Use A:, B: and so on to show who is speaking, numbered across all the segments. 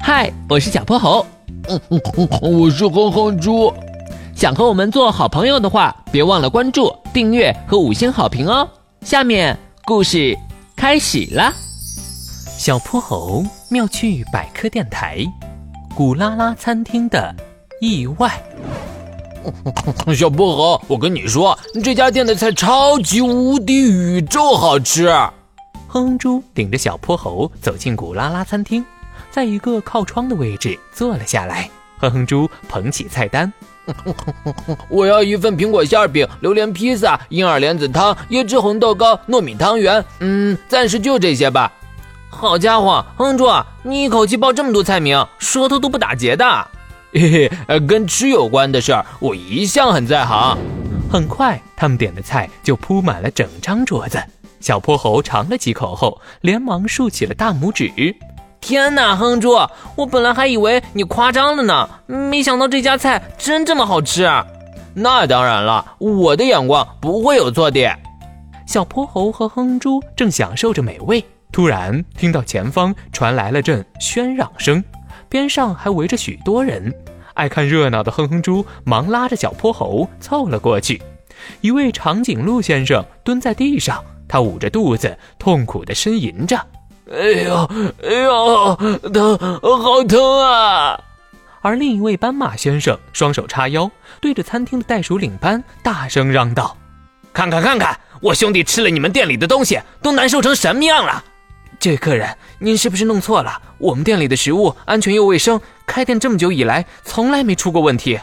A: 嗨，我是小泼猴，
B: 嗯嗯嗯，我是哼哼猪。
A: 想和我们做好朋友的话，别忘了关注、订阅和五星好评哦。下面故事开始啦！
C: 小泼猴妙趣百科电台，古拉拉餐厅的意外。
B: 小薄荷，我跟你说，这家店的菜超级无敌宇宙好吃。
C: 哼哼猪领着小泼猴走进古拉拉餐厅，在一个靠窗的位置坐了下来。哼哼猪捧起菜单，
B: 我要一份苹果馅饼、榴莲披萨、银耳莲子汤、椰汁红豆糕、糯米汤圆。嗯，暂时就这些吧。好家伙，哼猪，啊你一口气报这么多菜名，舌头都不打结的。嘿嘿，呃，跟吃有关的事儿，我一向很在行。
C: 很快他们点的菜就铺满了整张桌子。小泼猴尝了几口后，连忙竖起了大拇指。
B: 天哪，哼猪，我本来还以为你夸张了呢，没想到这家菜真这么好吃。啊那当然了，我的眼光不会有错的。
C: 小泼猴和哼猪正享受着美味，突然听到前方传来了阵喧嚷声，边上还围着许多人。爱看热闹的哼哼猪忙拉着小泼猴凑了过去。一位长颈鹿先生蹲在地上，他捂着肚子，痛苦地呻吟着。
B: 哎呦，哎呦，疼，好疼啊！
C: 而另一位斑马先生双手叉腰，对着餐厅的袋鼠领班大声嚷道：“
B: 看看看看，我兄弟吃了你们店里的东西，都难受成什么样了！这客人，您是不是弄错了？我们店里的食物安全又卫生，开店这么久以来从来没出过问题。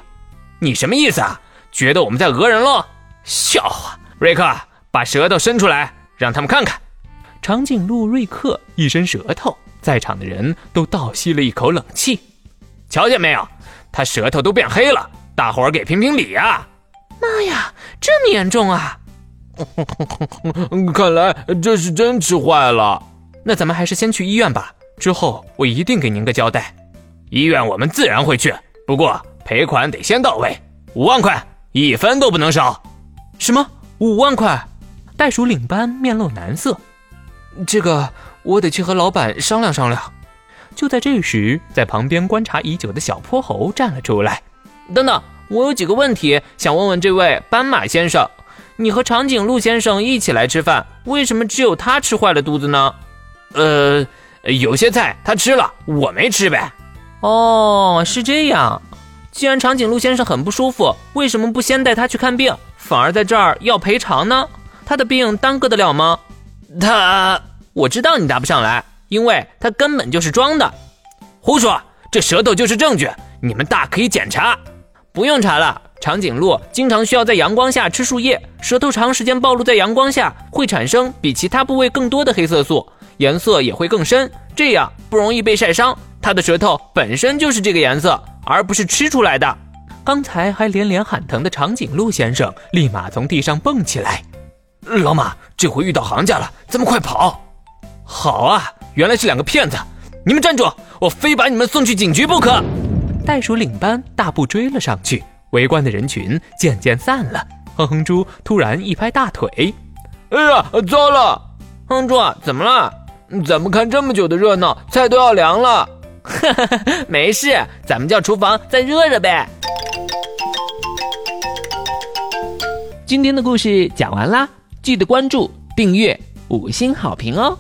B: 你什么意思啊？觉得我们在讹人喽？笑话！瑞克，啊把舌头伸出来，让他们看看。
C: 长颈鹿瑞克一伸舌头，在场的人都倒吸了一口冷气。
B: 瞧见没有，他舌头都变黑了。大伙儿给评评理呀、妈呀，这么严重啊！ 看来这是真吃坏了。那咱们还是先去医院吧，之后我一定给您个交代。医院我们自然会去，不过赔款得先到位，五万块，一分都不能少。什么？五万块？
C: 袋鼠领班面露难色。
B: 这个我得去和老板商量商量。
C: 就在这时，在旁边观察已久的小泼猴站了出来。
B: 等等，我有几个问题想问问这位斑马先生。你和长颈鹿先生一起来吃饭，为什么只有他吃坏了肚子呢？呃，有些菜他吃了，我没吃呗。哦，是这样。既然长颈鹿先生很不舒服，为什么不先带他去看病，反而在这儿要赔偿呢？他的病耽搁得了吗？他，我知道你答不上来，因为他根本就是装的。胡说！这舌头就是证据，你们大可以检查。不用查了，长颈鹿经常需要在阳光下吃树叶，舌头长时间暴露在阳光下，会产生比其他部位更多的黑色素，颜色也会更深，这样不容易被晒伤。它的舌头本身就是这个颜色，而不是吃出来的。
C: 刚才还连连喊疼的长颈鹿先生立马从地上蹦起来。
B: 老马，这回遇到行家了，咱们快跑！好啊，原来是两个骗子！你们站住，我非把你们送去警局不可！
C: 袋鼠领班大步追了上去，围观的人群渐渐散了。哼哼猪突然一拍大腿，
B: 哎呀，糟了！哼猪，啊怎么了？咱们看这么久的热闹，菜都要凉 了。没事，咱们叫厨房再热热呗。
A: 今天的故事讲完啦，记得关注、订阅、五星好评哦。